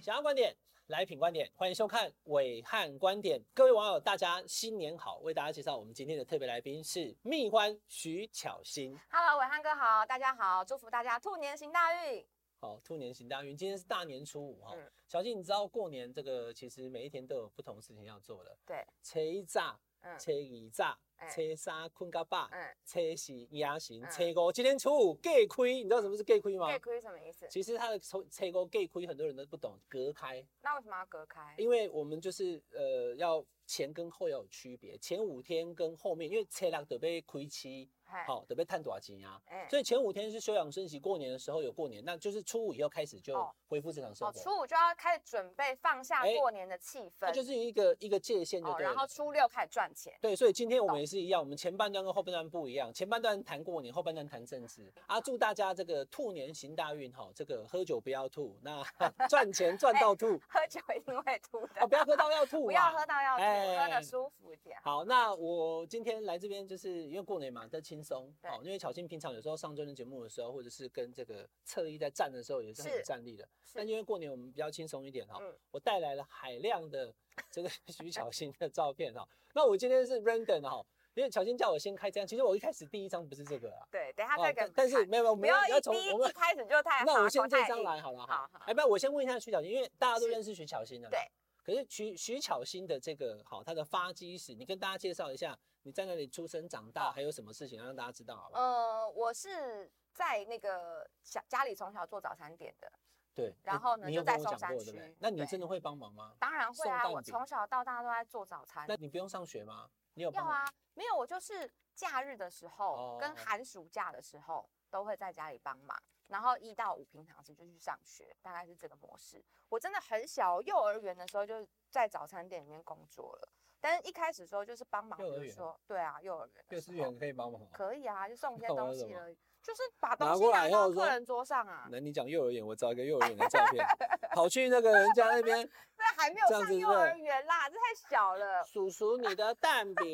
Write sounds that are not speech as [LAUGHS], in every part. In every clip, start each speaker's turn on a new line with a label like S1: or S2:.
S1: 想要观点，来品观点，欢迎收看伟汉观点。各位网友，大家新年好！为大家介绍我们今天的特别来宾是蜜欢徐巧芯。
S2: Hello，伟汉哥好，大家好，祝福大家兔年行大运。
S1: 好，兔年行大运，今天是大年初五哈、
S2: 嗯
S1: 小新，你知道过年这个其实每一天都有不同事情要做的，
S2: 对，
S1: 初一早、
S2: 嗯
S1: 初二早、
S2: 哎
S1: 初三困到饱、
S2: 嗯，
S1: 初四压行、
S2: 嗯
S1: 初五今天初五隔开，你知道什么是隔开吗？
S2: 隔开是什么意思？
S1: 其实它的初初五隔开，很多人都不懂隔开，
S2: 那为什么要隔开？
S1: 因为我们就是呃要前跟后要有区别，前五天跟后面，因为车辆得被亏期，
S2: 嗨，
S1: 好得被探短期啊，
S2: 哎
S1: 所以前五天是休养生息，过年的时候有过年，那就是初五以后开始就
S2: 哦
S1: 恢复正常生
S2: 哦，
S1: 活，
S2: 初五就要开始准备放下
S1: 哎
S2: 过年的气氛，
S1: 它就是一个一个界限就
S2: 哦，
S1: 对了。
S2: 然后哦初六开始赚钱。 [LAUGHS]
S1: 对，所以今天我们
S2: 懂
S1: 也是一样，我们前半段跟后半段不一样，前半段谈过年，后半段谈政治啊。祝大家这个兔年行大运哈，这个喝酒不要吐，
S2: [LAUGHS]
S1: 那 [LAUGHS] 赚钱赚到吐
S2: 喝酒一定会吐的，
S1: 哦，不要喝到
S2: [LAUGHS]
S1: 要吐，
S2: 哎不要喝。到要吐，
S1: 哎
S2: 喝的舒服一点。
S1: 好，那我今天来这边就是因为过年嘛，都轻松
S2: 对
S1: 哦。因为巧欣平常有时候上真人节目的时候，或者是跟这个侧翼在站的时候，也是很有
S2: 是
S1: 战力的。
S2: 是
S1: 但因为过年我们比较轻松一点哈、
S2: 嗯
S1: 我带来了海量的这个 [LAUGHS] 徐巧芯的照片哈、那我今天是 random 哈、因为巧芯叫我先开这张，其实我一开始第一张不是这个啦，
S2: 对，等一下再给
S1: 哦但但
S2: 你
S1: 是
S2: 看
S1: 没有没有，我
S2: 不
S1: 们
S2: 要
S1: 要
S2: 一
S1: 从
S2: 第一
S1: 我
S2: 一
S1: 们
S2: 开始就太
S1: 那我
S2: 哈
S1: 先
S2: 口
S1: 这
S2: 太
S1: 张
S2: 硬
S1: 来好了哈
S2: 好。好
S1: 哎，不，我先问一下徐巧芯，因为大家都
S2: 是
S1: 认识徐巧芯的嘛。
S2: 对
S1: 可是徐徐巧芯的这个好，她的发迹史，你跟大家介绍一下，你在那里出生长大，
S2: 好
S1: 还有什么事情要让大家知道，好吧？
S2: 呃，我是在那个小家里从小做早餐店的，
S1: 对。
S2: 然
S1: 你
S2: 后呢
S1: 你
S2: 就
S1: 有跟
S2: 在
S1: 我
S2: 松
S1: 讲
S2: 山
S1: 过对不对
S2: 区？
S1: 那你
S2: 对
S1: 真的会帮忙吗？
S2: 当然会
S1: 送
S2: 啊，
S1: 蛋
S2: 我
S1: 饼
S2: 从小到大都在做早餐。
S1: 那你不用上学吗？你有帮
S2: 要
S1: 忙？
S2: 啊，没有，我就是假日的时候、
S1: 哦
S2: 跟寒暑假的时候都会在家里帮忙，然后一到五平常时就去上学，大概是这个模式。我真的很小，幼儿园的时候就在早餐店里面工作了，但是一开始的时候就是帮忙，比
S1: 幼儿
S2: 如
S1: 园
S2: 说对啊，幼儿园的
S1: 幼
S2: 时
S1: 稚
S2: 候
S1: 园可以帮忙吗？
S2: 可以啊，
S1: [LAUGHS]
S2: 就送些
S1: 那我要
S2: 东
S1: 怎
S2: 西
S1: 么
S2: 而已，就是把东
S1: 拿
S2: 西
S1: 过
S2: 拿
S1: 来
S2: 到
S1: 后说
S2: 客人桌上啊。
S1: 那你讲幼儿园，我找一个幼儿园的照
S2: [LAUGHS]
S1: 片，跑去那个人家那边，
S2: 对，还没有
S1: 这样子
S2: 上
S1: 是
S2: 幼
S1: 不是
S2: 儿园啦，这太小
S1: [LAUGHS]
S2: 了。
S1: 叔叔你的蛋饼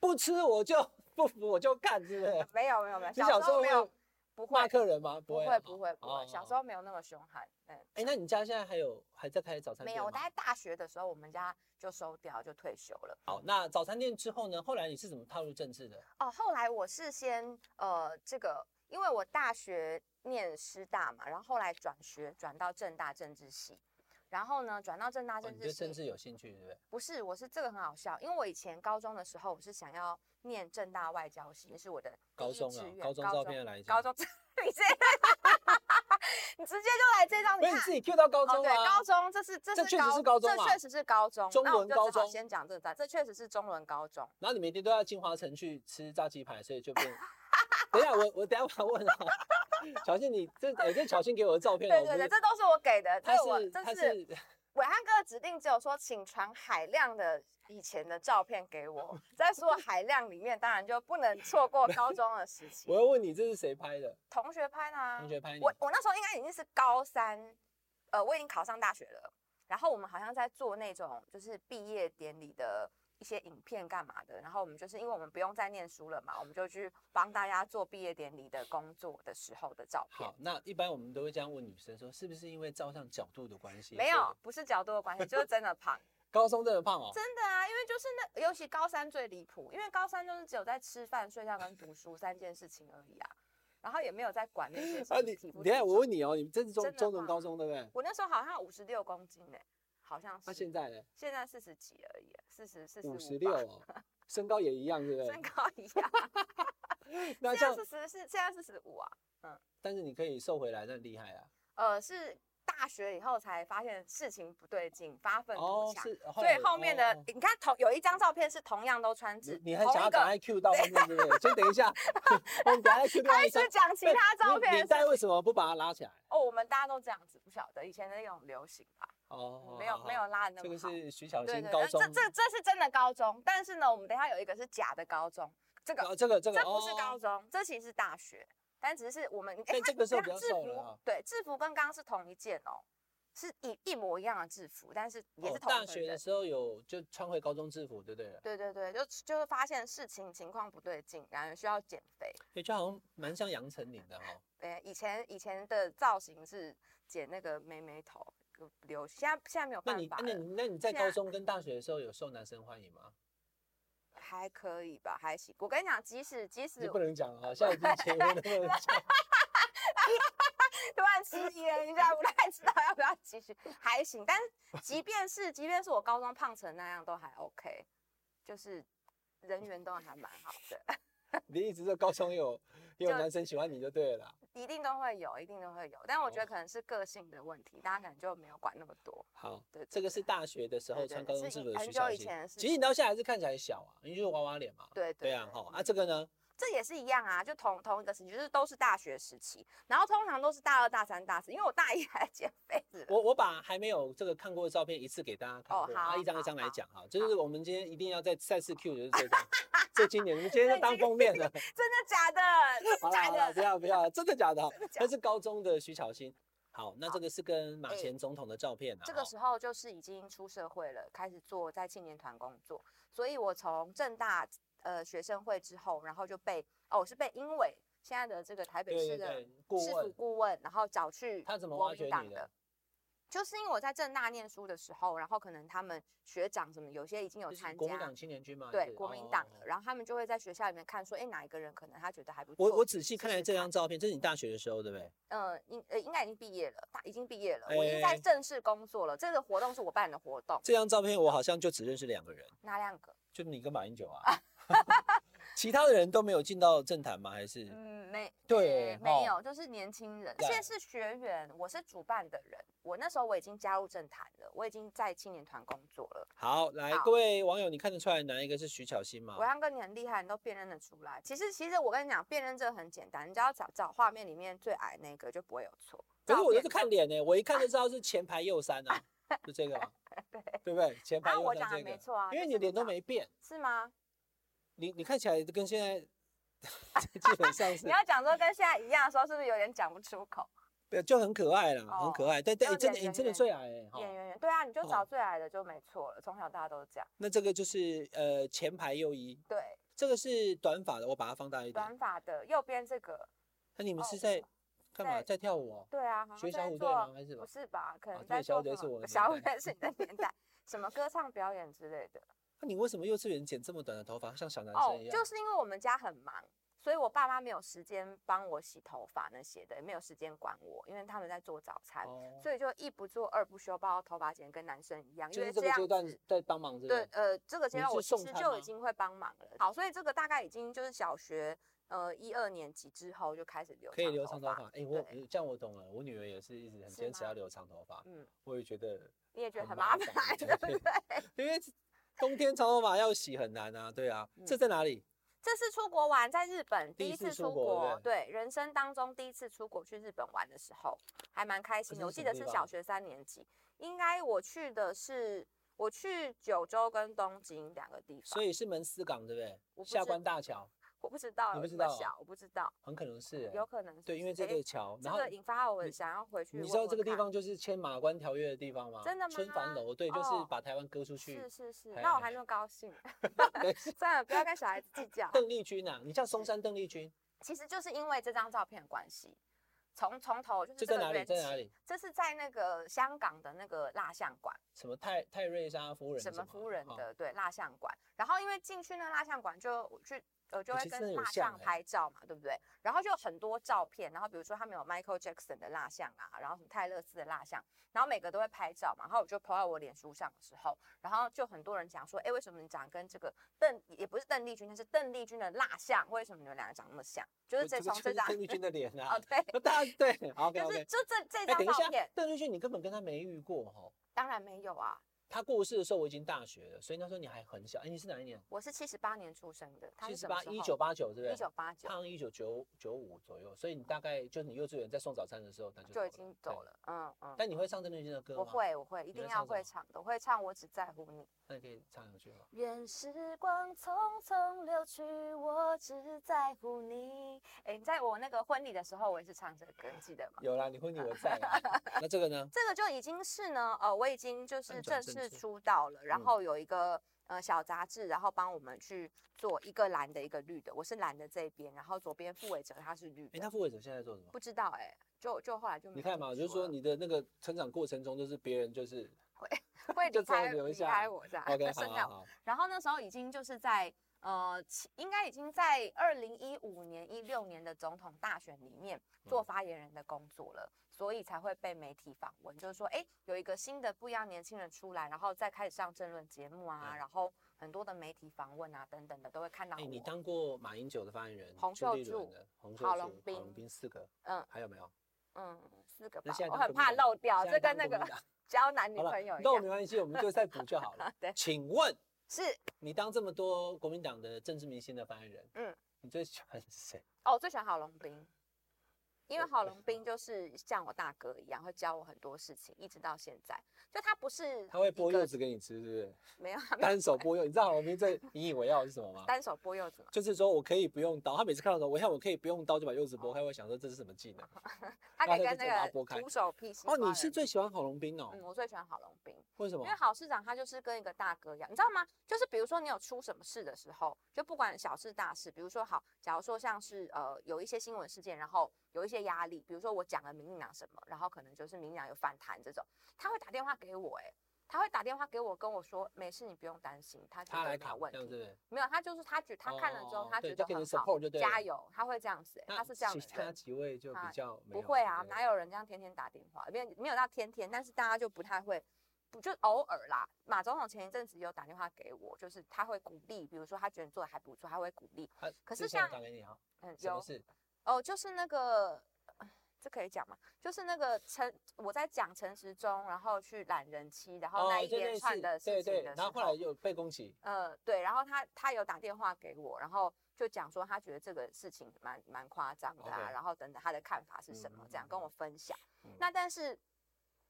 S1: 不吃我就不服我就干，是不
S2: [LAUGHS]
S1: 是？
S2: 没有没有没有，
S1: 你小
S2: 小
S1: 时
S2: 时
S1: 候
S2: 候
S1: 会
S2: 没有，不
S1: 骂
S2: 会
S1: 客人吗？
S2: 不
S1: 会
S2: 会
S1: 啊，
S2: 不会不
S1: 哦
S2: 会，小时。候没有那么凶悍。嗯，
S1: 哎、那你家现在还有还在开早餐
S2: 没
S1: 店
S2: 有，我
S1: 吗
S2: 大概大学的时候，我们家就收掉，就退休了。
S1: 好，那早餐店之后呢？后来你是怎么踏入政治的？
S2: 哦，后来我是先呃，这个，因为我大学念师大嘛，然后后来转学转到正大政治系，然后呢，转到正大
S1: 哦、
S2: 政
S1: 你
S2: 治
S1: 对
S2: 系，
S1: 政治有兴趣，对不对？
S2: 不是，我是这个很好笑，因为我以前高中的时候，我是想要念正大外交系，那是我的第
S1: 高
S2: 一
S1: 中
S2: 志
S1: 啊
S2: 愿，
S1: 高中照片来一下
S2: 高中， [LAUGHS] 你这，你直接就来这张，你
S1: 不是
S2: 看
S1: 你。自己 Q 到高
S2: 哦，
S1: 中
S2: 对，
S1: 啊？
S2: 高中这是这
S1: 这
S2: 是
S1: 确实是高中嘛
S2: 这确实是高中。
S1: 中
S2: 那我
S1: 文
S2: 就
S1: 高
S2: 只好
S1: 中
S2: 先讲这个，这确实是中文高中。
S1: 然后你每天都要进华城去吃炸鸡排，所以就变。等一下，我我等一下我要问 [LAUGHS] 啊。小新，你这哎、这小新给我的照片、哦，
S2: 对对对，
S1: 不
S2: 这都是我给的，这
S1: 他
S2: 我
S1: 是他
S2: 这是伟汉哥的指定，只有说请传海量的以前的照片
S1: [LAUGHS]
S2: 给我，在所有海量里面，当然就不能错过高中的时期
S1: 我。嗯要问你这是谁拍的？
S2: 同学拍的啊，
S1: 同学拍你
S2: 我我那时候应该已经是高三，呃，我已经考上大学了。然后我们好像在做那种就是毕业典礼的一些影片干嘛的。然后我们就是因为我们不用再念书了嘛，我们就去帮大家做毕业典礼的工作的时候的照片
S1: 好。，那一般我们都会这样问女生说，是不是因为照相角度的关系？
S2: 没
S1: 所
S2: 有
S1: 以，
S2: 不是角度的关系，就是真的胖，
S1: [LAUGHS] 高中真的胖哦。
S2: 真的啊，因为就是那，尤其高三最离谱，因为高三就是只有在吃饭、睡觉跟读书三件事情而已啊，然后也没有在管那
S1: [LAUGHS]
S2: 些
S1: 啊，
S2: 什么
S1: 你
S2: 体
S1: 等
S2: 不
S1: 一
S2: 体
S1: 下我
S2: 重。
S1: 问你哦，你们这是中
S2: 真的
S1: 中文
S2: 胖
S1: 高中对不对？
S2: 我那时候好像五十六公斤呢、好像
S1: 那、
S2: 是。
S1: 现在呢？
S2: 现在四十几而已，四十四
S1: 五十六哦，身高也一样，对不
S2: 身
S1: 对？
S2: 高一样。
S1: [LAUGHS] 那这
S2: 现在
S1: 样
S2: 四，十是啊现在四十五啊，
S1: 但是你可以瘦回来，那很厉害啊。
S2: 呃，是大学以后才发现事情不对劲，发愤图
S1: 哦，
S2: 强。
S1: 是，
S2: 所以后面的、
S1: 哦哦
S2: 你看同有一张照片是同样都穿制
S1: 你，你还想
S2: 同
S1: 要
S2: 一
S1: 赶
S2: 个
S1: 快 Q 到后面，对不
S2: [LAUGHS]
S1: 对？先等一下， [LAUGHS] 哦我们等一下 Q 另外
S2: 开
S1: 一张
S2: 始。讲其
S1: 对
S2: 他照
S1: 你
S2: 片
S1: 领
S2: 的时
S1: 带
S2: 候
S1: 为什么不把它拉起来？
S2: 哦，我们大家都这样子，不晓得以前的那种流行吧，
S1: 哦，
S2: 嗯没有
S1: 好
S2: 没，有
S1: 好
S2: 拉的那
S1: 这
S2: 么
S1: 个
S2: 好。
S1: 是徐小
S2: 对
S1: 新
S2: 对
S1: 高
S2: 对，
S1: 中
S2: 这，这这是真的高中，但是呢，我们等一下有一个是假的高中，这个
S1: 哦这个这个
S2: 这不是高
S1: 哦
S2: 中，这其实是大学，但只是我们哎，
S1: 但
S2: 它
S1: 这个时候
S2: 它
S1: 比较
S2: 制
S1: 瘦
S2: 服
S1: 了啊
S2: 对制服跟刚刚是同一件哦，是一一模一样的制服，但是也
S1: 哦
S2: 是同
S1: 大
S2: 一个
S1: 学
S2: 人
S1: 的时候有就穿回高中制服，对不对了？
S2: 对对对，就就是发现事情情况不对劲，然后需要减肥。
S1: 对，就好像蛮像杨丞琳的哈。哦
S2: 呃，以前以前的造型是剪那个妹妹头，不流行，现在现在没有
S1: 那
S2: 办
S1: 你
S2: 法
S1: 那
S2: 了，
S1: 你那你在
S2: 现在
S1: 高中跟大学的时候有受男生欢迎吗？
S2: 还可以吧，还行。我跟你讲，即使即
S1: 你
S2: 使
S1: 不能讲
S2: [LAUGHS]
S1: 啊，现在已经结婚了，不能讲。
S2: 突然迟疑了一下，不太知道要不要继续，还行。但是即便是即便是我高中胖成那样，都还 OK，就是人缘都还蛮好的。 [LAUGHS]
S1: 你一直在高中有也有
S2: 就
S1: 男生喜欢你就对了啦。
S2: 一定都会有，一定都会有，但我
S1: 哦
S2: 觉得可能是个性的问题，大家可能就没有管那么多。
S1: 好，
S2: 对，
S1: 这
S2: 对
S1: 个是。大学的时候
S2: 对对
S1: 穿高
S2: 对
S1: 中
S2: 是
S1: 制
S2: 以
S1: 服的
S2: 很
S1: 徐
S2: 久
S1: 小
S2: 以
S1: 新
S2: 前的事
S1: 其实你到现在还是看起来小啊，你就是娃娃脸嘛。
S2: 对
S1: 对啊，哈
S2: 好
S1: 啊，这个呢，
S2: 这也是一样啊，就同同一个时期，就是都是大学时期，然后通常都是大二、大三、大四，因为我大一还在减肥子
S1: 我我把还没有这个看过的照片一次给大家看
S2: 哦
S1: 过，然后
S2: 好
S1: 一张一
S2: 好
S1: 张来
S2: 好
S1: 讲哈，就是我们今天一定要在赛事 Q 就是这张，这今年我
S2: [LAUGHS]
S1: 们今天
S2: 这
S1: 要
S2: 已
S1: 当
S2: 经
S1: 封面了。
S2: 真的假的？真
S1: 好
S2: 的
S1: 啦
S2: 假
S1: 好
S2: [LAUGHS]
S1: 啦，不
S2: 的？
S1: 要不要，真的假的哈？
S2: 真的假
S1: 那
S2: 的
S1: 是高中的徐巧芯。好，那
S2: 好
S1: 这个是跟马
S2: 哎
S1: 前总统的照片啊。
S2: 这个
S1: 哈
S2: 时候就是已经出社会了，开始做在青年团工作，所以我从正大呃学生会之后，然后就被哦，我是被英伟现在的这个台北
S1: 对
S2: 市
S1: 对
S2: 的
S1: 对，顾
S2: 市府
S1: 问
S2: 顾问，然后找去
S1: 他怎么
S2: 国
S1: 挖
S2: 民
S1: 掘
S2: 党
S1: 你的？
S2: 就是因为我在正大念书的时候，然后可能他们学长什么有些已经有
S1: 就是
S2: 参
S1: 国民党
S2: 加，
S1: 青年军嘛，
S2: 对
S1: 是
S2: 国民党
S1: 哦
S2: 的，然后他们就会在学校里面看说，哎，哪一个人可能他觉得还不错。
S1: 我我仔细看
S2: 试
S1: 了
S2: 试
S1: 这
S2: 看
S1: 张照片，这是你大学的时候对不对？
S2: 呃，应呃应该已经毕业了，他已经毕业了，我已经在
S1: 哎
S2: 正式工作了。这个活动是我办的活动，
S1: 这张照片我好像就只认识两个人，
S2: 哪两个？
S1: 就你跟马英九啊， [LAUGHS] 其他的人都没有进到政坛吗？还是
S2: 嗯，没
S1: 对
S2: 呃没
S1: 齁
S2: 有，就是年轻人，
S1: 对
S2: 这些是学员，我是主办的人。我那时候我已经加入政坛了，我已经在青年团工作了。
S1: 好来
S2: 好
S1: 各位网友，你看得出来哪一个是徐巧芯吗
S2: 我？刚跟你很厉害，你都辨认得出来。其实，其实我跟你讲，辨认这个很简单，你只要找找画面里面最矮那个就不会有错。
S1: 可是
S2: 照
S1: 我就
S2: 片
S1: 是
S2: 中
S1: 看，脸呢、我一看就知道是前排右三
S2: [LAUGHS]
S1: 啊，就这个嘛，对不对？前排
S2: 啊，
S1: 右
S2: 我讲的
S1: 三这
S2: 没
S1: 个，
S2: 错啊，
S1: 因
S2: 就
S1: 为你
S2: 是
S1: 脸都
S2: 长
S1: 没变，
S2: 是吗？
S1: 你你看起来跟现在 [LAUGHS] 基本上是
S2: 你要讲说跟现在一样的时候，是不是有点讲不
S1: [LAUGHS]
S2: 出口？
S1: 对，就很可爱啦，很可
S2: 哦
S1: 爱。但但
S2: 要
S1: 你真的
S2: 演
S1: 你真的
S2: 员
S1: 最矮欸哈
S2: 演员员对啊，你就
S1: 哦
S2: 找最矮的就没错了，从小到大都是这样。
S1: 那这个就是呃前排右一，
S2: 对，
S1: 这个是短发的，我把它放大一点。
S2: 短发的右边这个，
S1: 那你们是
S2: 哦
S1: 在干嘛？
S2: 在
S1: 在跳舞哦？
S2: 对啊，好像
S1: 学
S2: 在
S1: 小虎队
S2: 做
S1: 吗？还是什么
S2: 不？是吧？可能
S1: 对
S2: 在
S1: 小虎
S2: 做
S1: 队
S2: 什
S1: 是
S2: 么
S1: 我的
S2: [LAUGHS] 小虎
S1: 年代
S2: 队是你的年代，什么歌唱表演之类
S1: [LAUGHS]
S2: 的。
S1: 那你为什么幼稚园剪这么短的头发，像小男
S2: 哦
S1: 生一，样？
S2: 就是因为我们家很忙，所以我爸妈没有时间帮我洗头发那些的，也没有时间管我，因为他们在做早餐，
S1: 哦，
S2: 所以就一不做二不休，把我头发剪得跟男生一样，
S1: 就
S2: 因为
S1: 是这个
S2: 样
S1: 阶段
S2: 子
S1: 在帮忙，对不
S2: 对
S1: 对，？
S2: 呃，这个阶
S1: 你
S2: 段
S1: 是
S2: 我其
S1: 送
S2: 实
S1: 餐
S2: 就
S1: 吗
S2: 已经会帮忙了。好，所以这个大概已经就是小学呃一二年级之后就开始留
S1: 可以留
S2: 呃长
S1: 长
S2: 头
S1: 头
S2: 发，
S1: 发。哎，我
S2: 对
S1: 这样我懂了，我女儿也是一直很
S2: 是
S1: 坚持要
S2: 吗
S1: 留长头发，
S2: 嗯，
S1: 我也觉得，
S2: 你也觉得
S1: 很
S2: 很
S1: 麻
S2: 麻
S1: 烦
S2: 烦，
S1: 对
S2: 对不对？
S1: 因为冬天长头发要洗很难啊，对啊。这
S2: 嗯
S1: 在哪里？
S2: 这次出国玩，在日本
S1: 第
S2: 第
S1: 一
S2: 一
S1: 次
S2: 次
S1: 出
S2: 出
S1: 国
S2: 国，对人生当中第一次出国去日本玩的时候，还蛮开
S1: 哦这
S2: 心
S1: 是
S2: 的。我
S1: 什
S2: 记
S1: 么
S2: 得
S1: 地
S2: 是
S1: 方
S2: 小学三年级，应该我去的是我去九州跟东京两个地方，
S1: 所以是门司港，对不对？
S2: 我不
S1: 下
S2: 知
S1: 关大桥，
S2: 我不知道
S1: 你
S2: 有
S1: 不
S2: 这
S1: 知
S2: 么
S1: 道啊
S2: 小，我不知道，
S1: 很可能是欸
S2: 有可能是
S1: 对，因为这
S2: 这
S1: 个桥，
S2: 这
S1: 然后
S2: 个引发我
S1: 你
S2: 想要回去
S1: 你
S2: 问
S1: 知道
S2: 问
S1: 这个地
S2: 看
S1: 方就是签马关条约的地方吗？
S2: 真的
S1: 春帆
S2: 吗
S1: 楼，对，就是
S2: 哦
S1: 把台湾割出去。[LAUGHS]
S2: 是是是，
S1: 哎
S2: 那我还那么高兴，
S1: [LAUGHS] 对
S2: 算了，不要跟小孩子计
S1: [LAUGHS]
S2: 较。
S1: 邓丽君啊，你叫松山邓丽君，
S2: 其实就是因为这张照片的关系，从从头就
S1: 这
S2: 是这
S1: 在
S2: 个
S1: 哪里？
S2: 缘
S1: 在哪
S2: 起
S1: 里？
S2: 这是在那个香港的那个蜡像馆，
S1: 什么泰泰瑞莎夫人？
S2: 什么夫人
S1: 哦？
S2: 的、对蜡像馆。然后因为进去那个蜡像馆就我去。呃，就
S1: 欸
S2: 会
S1: 其实真
S2: 跟
S1: 的有
S2: 蜡
S1: 像
S2: 像
S1: 欸
S2: 拍照嘛，对不对？然后就有很多照片，然后比如说他们有 Michael Jackson 的蜡像啊，然后什么泰勒斯的蜡像，然后每个都会拍照嘛。然后我就 po 到我脸书上的时候，然后就很多人讲说，哎，为什么你长得跟这个邓也不是邓丽君，那是邓丽君的蜡像，为什么你们两个长那么像？就是
S1: 哦这
S2: 这
S1: 个
S2: 从
S1: 就
S2: 这
S1: 是
S2: 张
S1: 邓丽君的脸啊
S2: [LAUGHS] 哦，。对，
S1: 那大家对，OK
S2: [LAUGHS] 就是
S1: OK。
S2: 就这这
S1: 哎，
S2: 张
S1: 等一
S2: 照
S1: 下
S2: 片，，
S1: 邓丽君，你根本跟她没遇过哦。
S2: 当然没有啊，
S1: 她过世的时候我已经大学了，所以那时候你还很小。哎，你是哪一年？
S2: 我是七十八年出生的，他
S1: 七
S2: 是
S1: 十
S2: 什么
S1: 八，
S2: 时候？
S1: 一九八九，对不对？
S2: 一九八九
S1: 胖一九九九五左右，所以你大概就你幼稚园在送早餐的时候，他就
S2: 就已
S1: 走
S2: 经
S1: 对
S2: 走了，嗯嗯。
S1: 但你会唱邓丽君的歌吗？
S2: 我。会，我会，一
S1: 你
S2: 定
S1: 会唱什
S2: 要
S1: 么
S2: 会唱的，我会唱《我只在乎你》。
S1: 那你可以唱两句吗？
S2: 愿时光匆匆流去，我只在乎你。哎，你在我那个婚礼的时候，我也是唱这个歌，你记得吗？
S1: 有啦，你婚礼我在啦。 [LAUGHS] 那这个呢？
S2: 这个就已经是呢，呃，我已经就
S1: 那你转
S2: 是
S1: 正
S2: 正式
S1: 式
S2: 出道了，然
S1: 嗯
S2: 后有一个、呃小杂志，然后帮我们去做一个蓝的，一个绿的。我是蓝的这一边，然后左边傅伟哲他是绿
S1: 哎，
S2: 的。
S1: 那傅伟哲现在做什么？
S2: 不知道哎、就就后来就没
S1: 你看
S2: 有
S1: 嘛，
S2: 听
S1: 就是
S2: 说
S1: 说
S2: 了
S1: 你的那个成长过程中，就是别人就是
S2: 会
S1: 就
S2: 离
S1: 这样
S2: 开
S1: 留
S2: 离
S1: 下
S2: 开
S1: 来
S2: 我这样
S1: OK，好
S2: 剩
S1: 好
S2: 下我
S1: 好，
S2: 然后那时候已经就是在呃，其应该已经在二零一五年、一六年的总统大选里面做
S1: 嗯
S2: 发言人的工作了，所以才会被媒体访问，就是说，哎，有一个新的不一样年轻人出来，然后再开始上政论节目啊，
S1: 嗯
S2: 然后很多的媒体访问啊等等的都会看到
S1: 哎，你
S2: 我。
S1: 当过马英九的发言人，
S2: 洪
S1: 朱
S2: 秀
S1: 立伦
S2: 柱
S1: 的、洪秀
S2: 郝
S1: 柱郝
S2: 龙
S1: 龙
S2: 斌
S1: 斌四个，
S2: 嗯
S1: 还有没有？
S2: 嗯，四个
S1: 那
S2: 吧
S1: 现，在
S2: 我
S1: 当
S2: 很
S1: 国民
S2: 怕
S1: 党
S2: 漏掉，
S1: 现
S2: 这
S1: 在
S2: 跟那
S1: 当国
S2: 个
S1: 民党
S2: 交 [LAUGHS] 男女
S1: 好
S2: 朋友
S1: 了，
S2: 一
S1: 那我
S2: 样。
S1: 没关系，我们就再补就好了
S2: [LAUGHS] 对，
S1: 请问
S2: 是
S1: 你当这么多国民党的政治明星的发言人，嗯
S2: 嗯，
S1: 你最喜欢谁？
S2: 哦，我最喜欢郝龙斌，因为
S1: 对
S2: 郝
S1: 为
S2: 龙
S1: 什
S2: 斌就是像我大哥一样，会教我很多事情，一直到现在。就他不是
S1: 他会
S2: 一
S1: 剥
S2: 个
S1: 柚子，给你吃，是不是？
S2: 没有他没有
S1: 单手剥柚，你知道郝龙斌最引以为傲的是什么吗？
S2: [LAUGHS] 单手剥柚子嘛，
S1: 就是说我可以不用刀，他每次看到我，我看我可以不用刀就把柚子剥开，我想说这是什么技能？
S2: 他
S1: 那他
S2: 可以
S1: 就
S2: 跟
S1: 直接把它
S2: 那
S1: 剥
S2: 个
S1: 开
S2: 徒手劈西
S1: 哦，
S2: 瓜
S1: 你是
S2: 人
S1: 最喜欢郝龙斌哦？
S2: 嗯，我最喜欢郝龙斌，
S1: 为什么
S2: 因为？郝市长他就是跟一个大哥一样，你知道吗？就是比如说你有出什么事的时候，就不管小事大事，比如说好，假如说像是呃有一些新闻事件，然后有一些压力，比如说我讲了民进党什么，然后可能就是民进党有反弹这种，他会打电话给我、欸，他会打电话给我跟我说，没事，你不用担心，他觉
S1: 他
S2: 得
S1: 来
S2: 没有
S1: 扛，
S2: 问
S1: 这样
S2: 题，
S1: 子。
S2: 没有，他就是他觉他看了之后，
S1: 哦
S2: 他
S1: 对
S2: 觉
S1: 就
S2: 得
S1: 给你
S2: 很好
S1: support 就，对
S2: 加
S1: 了
S2: 油，他会这样子、欸，
S1: 那
S2: 他是这样
S1: 其
S2: 的人
S1: 他。几位就比
S2: 他
S1: 较没有
S2: 不会啊，
S1: 对
S2: 哪有人这样天天打电话？没有没有到天天，但是大家就不太会，不就偶尔啦。马总统前一阵子有打电话给我，就是他会鼓励，比如说他觉得你做的还不错，他会鼓励。
S1: 他
S2: 可
S1: 之
S2: 是
S1: 前有
S2: 像
S1: 讲给你啊，
S2: 嗯，
S1: 什么
S2: 有
S1: 事？
S2: 哦，就是那个，这可以讲吗？就是那个陈，我在讲陈时中，然后去揽人妻，然后那一
S1: 哦就
S2: 连
S1: 类
S2: 串
S1: 似
S2: 的事
S1: 对
S2: 情
S1: 对，
S2: 的
S1: 然
S2: 时
S1: 后
S2: 候，
S1: 后来又被攻击，
S2: 呃，对，然后他他有打电话给我，然后就讲说他觉得这个事情蛮蛮夸张的啊
S1: OK
S2: 然后等等他的看法是什么，这样跟我分享。
S1: 嗯
S2: 那但是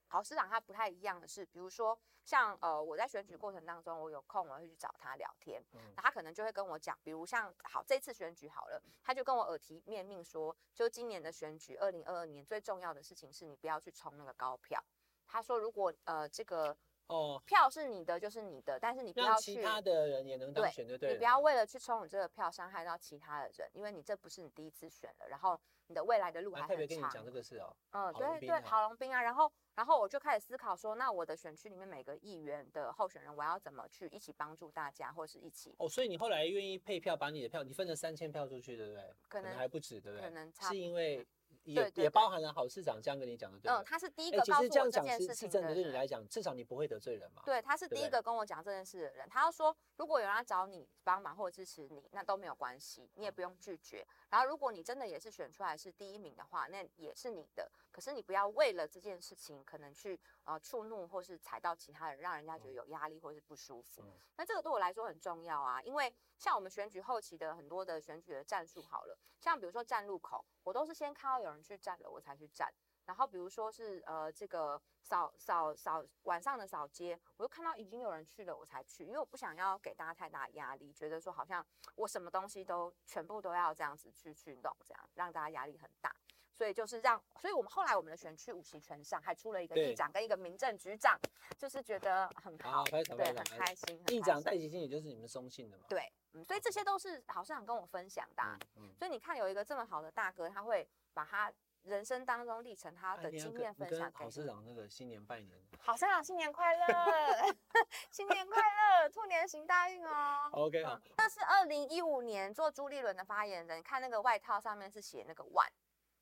S2: 郝市长他不太一样的是，比如说像呃我在选举过程当中，我有空我会去找他聊天，
S1: 嗯
S2: 他可能就会跟我讲，比如像好这次选举好了，他就跟我耳提面命说，就今年的选举，二零二二年最重要的事情是你不要去冲那个高票。他说，如果呃这个
S1: 哦，
S2: 票是你的就是你的，但是你不
S1: 让
S2: 要
S1: 其
S2: 去
S1: 他的人也能当
S2: 对
S1: 选就对
S2: 你
S1: 了。
S2: 不要为了去冲你这个票伤害到其他的人，因为你这不是你第一次选了，然后你的未来的路
S1: 还
S2: 还
S1: 特别
S2: 很
S1: 跟你讲
S2: 长
S1: 这。个事哦，
S2: 嗯，
S1: 郝龙
S2: 对
S1: 斌
S2: 对，
S1: 啊
S2: 郝龙斌啊，然后然后我就开始思考说，那我的选区里面每个议员的候选人，我要怎么去一起帮助大家，或是一起
S1: 哦，所以你后来愿意配票，把你的票，你分了三千票出去，对不对？
S2: 可能
S1: 还不止，对不对？
S2: 可能差
S1: 是因为也
S2: 对对
S1: 也
S2: 对
S1: 包含了郝市长这样跟你讲的，对不
S2: 嗯，
S1: 对？
S2: 他是第一
S1: 哎
S2: 个
S1: 其
S2: 告
S1: 实
S2: 诉
S1: 这
S2: 我
S1: 样
S2: 这
S1: 讲
S2: 件
S1: 是
S2: 事
S1: 是
S2: 情
S1: 真的，对你
S2: 人
S1: 来讲，至少你不会得罪人嘛。
S2: 对，他是
S1: 对
S2: 第
S1: 不对
S2: 一个跟我讲这件事的人。他要说，如果有人要找你帮忙或者支持你，那都没有关系，你也不用拒绝。然后，如果你真的也是选出来是第一名的话，那也是你的。可是你不要为了这件事情，可能去呃触怒或是踩到其他人，让人家觉得有压力或是不舒服。
S1: 嗯
S2: 那这个对我来说很重要啊，因为像我们选举后期的很多的选举的战术，好了，像比如说站路口，我都是先看到有人去站了，我才去站。然后比如说是呃这个扫扫扫晚上的扫街，我就看到已经有人去了，我才去，因为我不想要给大家太大的压力，觉得说好像我什么东西都全部都要这样子去去弄，这样让大家压力很大。所以就是让，所以我们后来我们的选区五席全上还出了一个
S1: 对
S2: 议长跟一个民政局长，就是觉得很
S1: 啊
S2: 好，，
S1: 拍手
S2: 对，
S1: 拍
S2: 很
S1: 手，
S2: 开心。很
S1: 议
S2: 开
S1: 长
S2: 心
S1: 戴其经理就是你们松信的嘛。
S2: 对，嗯，所以这些都是好市长跟我分享的啊、
S1: 嗯，嗯
S2: 所以你看，有一个这么好的大哥，他会把他人生当中历程他
S1: 哎
S2: 的
S1: 你要
S2: 经
S1: 跟
S2: 验
S1: 你
S2: 分
S1: 跟
S2: 享给
S1: 郝市
S2: 你。
S1: 长那个新年拜年。
S2: 好市长，新年
S1: [LAUGHS]
S2: 快乐！ [LAUGHS] 新年快乐，兔年行大运哦。
S1: OK，好
S2: 嗯，这是二零一五年做朱立伦的发言人，你看那个外套上面是写那个 one，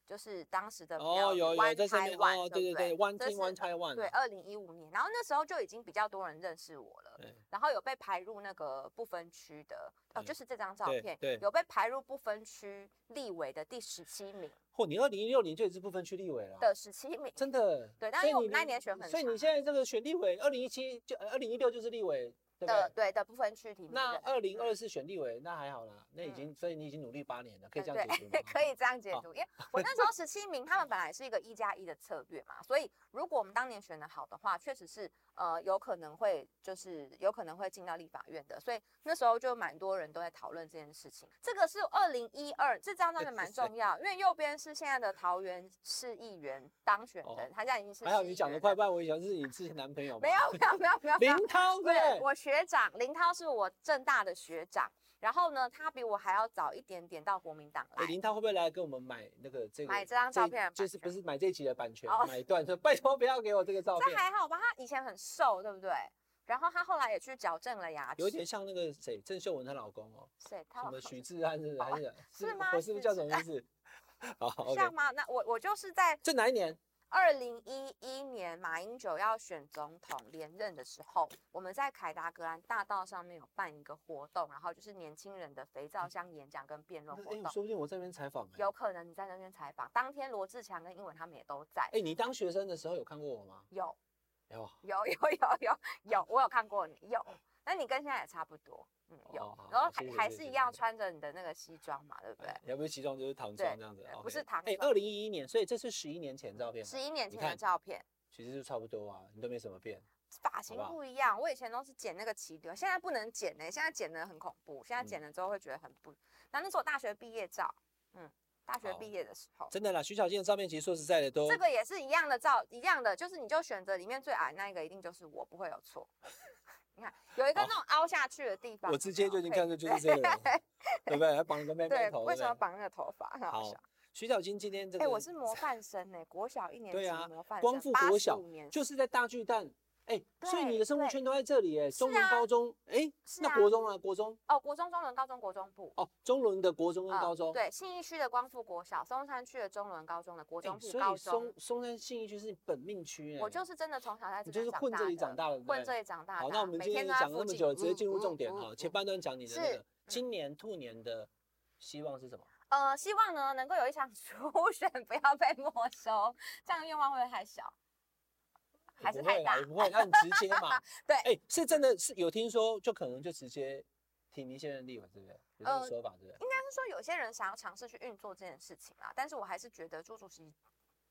S2: 就是当时的
S1: 哦，有有在上
S2: 台
S1: 面
S2: 湾，
S1: 哦，
S2: 对
S1: 对
S2: 不
S1: 对，One
S2: 这
S1: Team
S2: 是
S1: One 啊 Taiwan，
S2: 对，二零一五年，然后那时候就已经比较多人认识我了，
S1: 对
S2: 然后有被排入那个不分区的，哦，
S1: 对
S2: 就是这张照
S1: 嗯对
S2: 片，
S1: 对
S2: 有被排入不分区立委的第十七名
S1: 嚯，你二零一六年就已经不分区立委了，
S2: 的十七名，
S1: 真的。
S2: 对但
S1: 所以
S2: 因为我
S1: 你
S2: 们那
S1: 你
S2: 年选很
S1: 所以你
S2: 长
S1: 现在这个选立委，二零一七就呃二零一六就是立委，对不
S2: 的
S1: 对？
S2: 对的不分区提名
S1: 那
S2: 人，
S1: 二零二四选立委，那还好啦，那已
S2: 嗯
S1: 经，所以你已经努力八年了，可以
S2: 呃对
S1: 这样解读吗
S2: 对，？ [LAUGHS] 可以这样解
S1: 好
S2: 读，因为我那时候十七名，他们本来是一个一加一的策略嘛，所以如果我们当年选的好的话，确实是呃，有可能会就是有可能会进到立法院的，所以那时候就蛮多人都在讨论这件事情。这个是二零一二，这张真的蛮重要，因为右边是现在的桃园市议员当选人，他现在已经是
S1: 哦还好
S2: 市
S1: 你
S2: 议
S1: 讲的
S2: 员
S1: 快，
S2: 了
S1: 不然我以为是你之前男朋友。
S2: 没有，没有没有没有没有
S1: [LAUGHS] 林
S2: [LAUGHS]
S1: 涛
S2: 对
S1: 对，
S2: 我学长林涛是我正大的学长，然后呢，他比我还要早一点点到国民党来
S1: 哎，。林涛会不会来跟我们买那个这个
S2: 买这张照片的版
S1: 就是不
S2: 权
S1: 是买这集的版权，
S2: 哦
S1: 买断说 [LAUGHS] 拜托不要给我这个照
S2: 这
S1: 片，
S2: 还好吧？他以前很瘦，对不对？然后他后来也去矫正了牙齿，
S1: 有点像那个谁郑秀文她老公哦，
S2: 谁？他
S1: 什
S2: 老
S1: 么
S2: 头
S1: 许志安是不是还是
S2: 哦是吗
S1: 我是不是
S2: 许
S1: 叫
S2: 志
S1: 什么名字？ [LAUGHS] 好，OK，
S2: 像吗？那我我就是在
S1: 这哪一年？
S2: 二零一一年马英九要选总统连任的时候，我们在凯达格兰大道上面有办一个活动，然后就是年轻人的肥皂箱演讲跟辩论活
S1: 哎，
S2: 动，
S1: 说不定我这边采访哎
S2: 有可能你在那边采访。当天罗志强跟英文他们也都在，
S1: 哎，你当学生的时候有看过我吗？
S2: 有
S1: 有，哦
S2: 有有有有有，我有看过你有，那你跟现在也差不多，嗯有，
S1: 哦好
S2: 然后
S1: 谢谢
S2: 还还
S1: 谢谢
S2: 是
S1: 谢
S2: 一样
S1: 谢
S2: 穿着你的那个西装嘛，对不对
S1: 哎？要不是其中就是唐装这样子
S2: 对，呃
S1: OK
S2: 不是唐
S1: 哎，
S2: 装
S1: 二零一一年，所以这是十一年前照片吗，
S2: 十一年
S1: 你
S2: 前的
S1: 看
S2: 照片，
S1: 其实就差不多啊，你都没什么变。
S2: 发型
S1: 不好
S2: 不一样。我以前都是剪那个齐刘，现在不能剪呢、现在剪的很恐怖，现在
S1: 嗯
S2: 剪了之后会觉得很不。那、那是我大学毕业照，嗯，大学
S1: 好
S2: 毕业的时候，
S1: 真的啦，徐小静的照片其实说实在的都
S2: 这个也是一样的照，一样的，就是你就选择里面最矮那一个，一定就是我，不会有错。你看有一个
S1: 好
S2: 那种凹下去的地方，
S1: 我
S2: 有
S1: 直
S2: 没
S1: 接
S2: 有
S1: 就已经
S2: 可以
S1: 看出就是这个人，对不对？还绑了个妹妹
S2: 对，
S1: 头，
S2: 为
S1: 对
S2: 什么
S1: 不对
S2: 绑那个头发？很好
S1: 好
S2: 笑。，
S1: 徐小金今天这
S2: 哎、
S1: 个，[LAUGHS]
S2: 我是模范生呢、国小一年级
S1: 对啊
S2: 模范生，
S1: 光复国小
S2: 85年
S1: 就是在大巨蛋，哎，所以你
S2: 对
S1: 的生活
S2: 对
S1: 圈都在这里，哎，中
S2: 啊
S1: 伦高中，哎，
S2: 是
S1: 那
S2: 啊
S1: 国中啊，国中
S2: 哦，国中、中伦、高中、国中部。
S1: 哦，中伦的国中跟
S2: 呃
S1: 高中，
S2: 对，信义区的光复国小，松山区的中伦高中的国
S1: 哎，
S2: 中部
S1: 所
S2: 高
S1: 以
S2: 中
S1: 松，松山信义区是你本命区，哎，
S2: 我就是真的从小在这
S1: 你就
S2: 边
S1: 是
S2: 长
S1: 混
S2: 大
S1: 这里
S2: 的
S1: 长大的，对不
S2: 混
S1: 对
S2: 这里长大的啊，
S1: 好，那我们
S2: 每
S1: 今天也
S2: 天都在
S1: 讲了
S2: 附
S1: 那么
S2: 近
S1: 久，直接进入
S2: 嗯
S1: 重点
S2: 嗯
S1: 好，
S2: 嗯
S1: 前半段讲你的那
S2: 是嗯
S1: 个今年兔年的希望是什么？
S2: 呃，希望呢能够有一场 [LAUGHS] 初选，不要被没收，这样愿望会不会太小？还是
S1: 不会
S2: 太
S1: 啦
S2: 大？。
S1: 也不会，那很直接嘛
S2: [LAUGHS] 对
S1: 哎、是真的是有听说，就可能就直接提名现任立委，对不对？有这种
S2: 呃
S1: 说法，对不对？
S2: 应该是说有些人想要尝试去运作这件事情啦，但是我还是觉得朱主席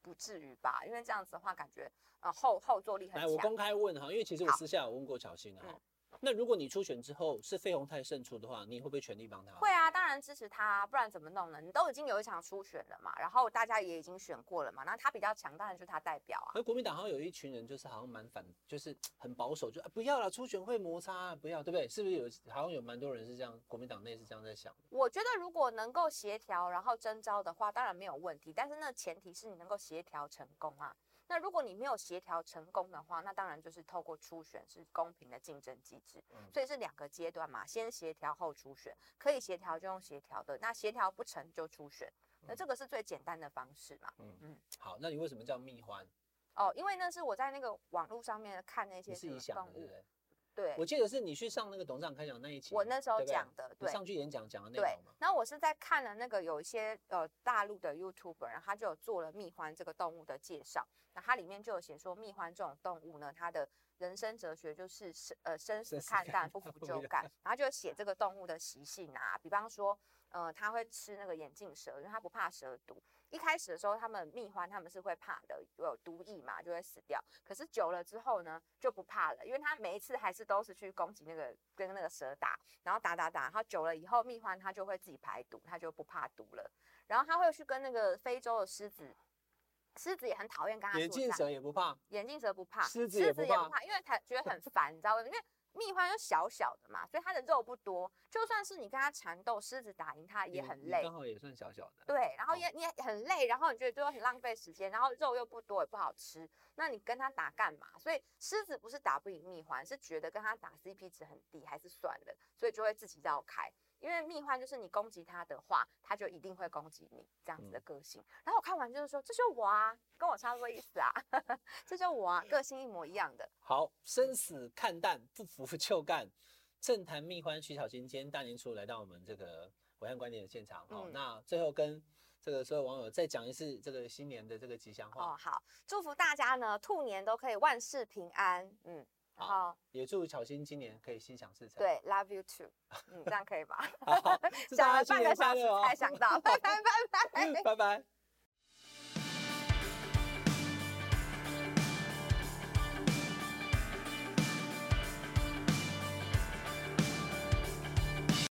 S2: 不至于吧，因为这样子的话，感觉呃后后坐力很
S1: 来，我
S2: 强。
S1: 公开问哈，因为其实我
S2: 好嗯
S1: 私下有问过巧心的啊哈。那如果你初选之后是费鸿泰胜出的话，你会不会全力帮他？
S2: 会啊，当然支持他啊，不然怎么弄呢？你都已经有一场初选了嘛，然后大家也已经选过了嘛，那他比较强，当然就是他代表啊。
S1: 而国民党好像有一群人，就是好像蛮反，就是很保守，就、啊、不要了，初选会摩擦啊，不要，对不对？是不是有好像有蛮多人是这样，国民党内是这样在想的？
S2: 我觉得如果能够协调，然后征召的话，当然没有问题，但是那前提是你能够协调成功啊。那如果你没有协调成功的话，那当然就是透过初选是公平的竞争机制，
S1: 嗯
S2: 所以是两个阶段嘛，先协调后初选，可以协调就用协调的，那协调不成就初选，那这个是最简单的方式嘛。
S1: 嗯嗯
S2: 嗯。
S1: 好，那你为什么叫蜜獾？
S2: 哦，因为那是我在那个网络上面看那些
S1: 你自己
S2: 什
S1: 想的，
S2: 么动
S1: 对
S2: 物
S1: 不对？
S2: 对，
S1: 我记得是你去上那个董事长开讲那一期，
S2: 我那时候
S1: 对不对
S2: 讲的，
S1: 你
S2: 对
S1: 上去演讲讲的内
S2: 对
S1: 容嘛。。
S2: 那我是在看了那个有一些呃大陆的 YouTuber，然后他就有做了蜜獾这个动物的介绍，那它里面就有写说蜜獾这种动物呢，它的人生哲学就是生呃生死
S1: 生死
S2: 看
S1: 看
S2: 淡，不
S1: 淡
S2: 服
S1: 不
S2: 就
S1: 服
S2: 干，然后就写这个动物的习性啊，比方说呃它会吃那个眼镜蛇，因为它不怕蛇毒。一开始的时候，他们蜜獾他们是会怕的，有毒液嘛就会死掉。可是久了之后呢，就不怕了，因为它每一次还是都是去攻击那个跟那个蛇打，然后打打打，然后久了以后，蜜獾它就会自己排毒，它就不怕毒了。然后它会去跟那个非洲的狮子，狮子也很讨厌跟它
S1: 眼
S2: 作
S1: 镜
S2: 战，
S1: 蛇也不怕，
S2: 眼镜蛇不怕，
S1: 狮子
S2: 也
S1: 也
S2: 不
S1: 不怕
S2: 因为它觉得
S1: [LAUGHS]
S2: 很烦，你知道为什么？因为蜜獾就小小的嘛，所以它的肉不多，就算是你跟它缠斗，狮子打赢它也
S1: 你
S2: 很
S1: 你
S2: 累
S1: 刚。好也算小小的。
S2: 对，然后
S1: 哦
S2: 也你也很累，然后你觉得最后很浪费时间，然后肉又不多也不好吃，那你跟它打干嘛？所以狮子不是打不赢蜜獾，是觉得跟它打 CP 值很低，还是算了，所以就会自己绕开。因为蜜獾就是你攻击它的话，它就一定会攻击你这样子的个性。然后我看完就是说，这就是我啊，跟我差不多意思啊， [LAUGHS] 这就是我啊，个性一模一样的。
S1: 好，生死看淡，不服 [LAUGHS] 就干。政坛蜜獾徐小菁今天大年初来到我们这个伟汉观点的现场哦，
S2: 嗯
S1: 那最后跟这个所有网友再讲一次这个新年的这个吉祥话，
S2: 哦，好，祝福大家呢，兔年都可以万事平安。嗯，然后
S1: 也祝小菁今年可以心想事成。，
S2: 对，love you too。嗯，这样可以吧？
S1: 好，祝
S2: [LAUGHS] 讲
S1: 大
S2: 了
S1: 家新
S2: 半个
S1: 年
S2: 小
S1: 快 [LAUGHS]
S2: 时哎
S1: 乐哦
S2: 才，想到，拜拜拜拜。
S1: 拜拜。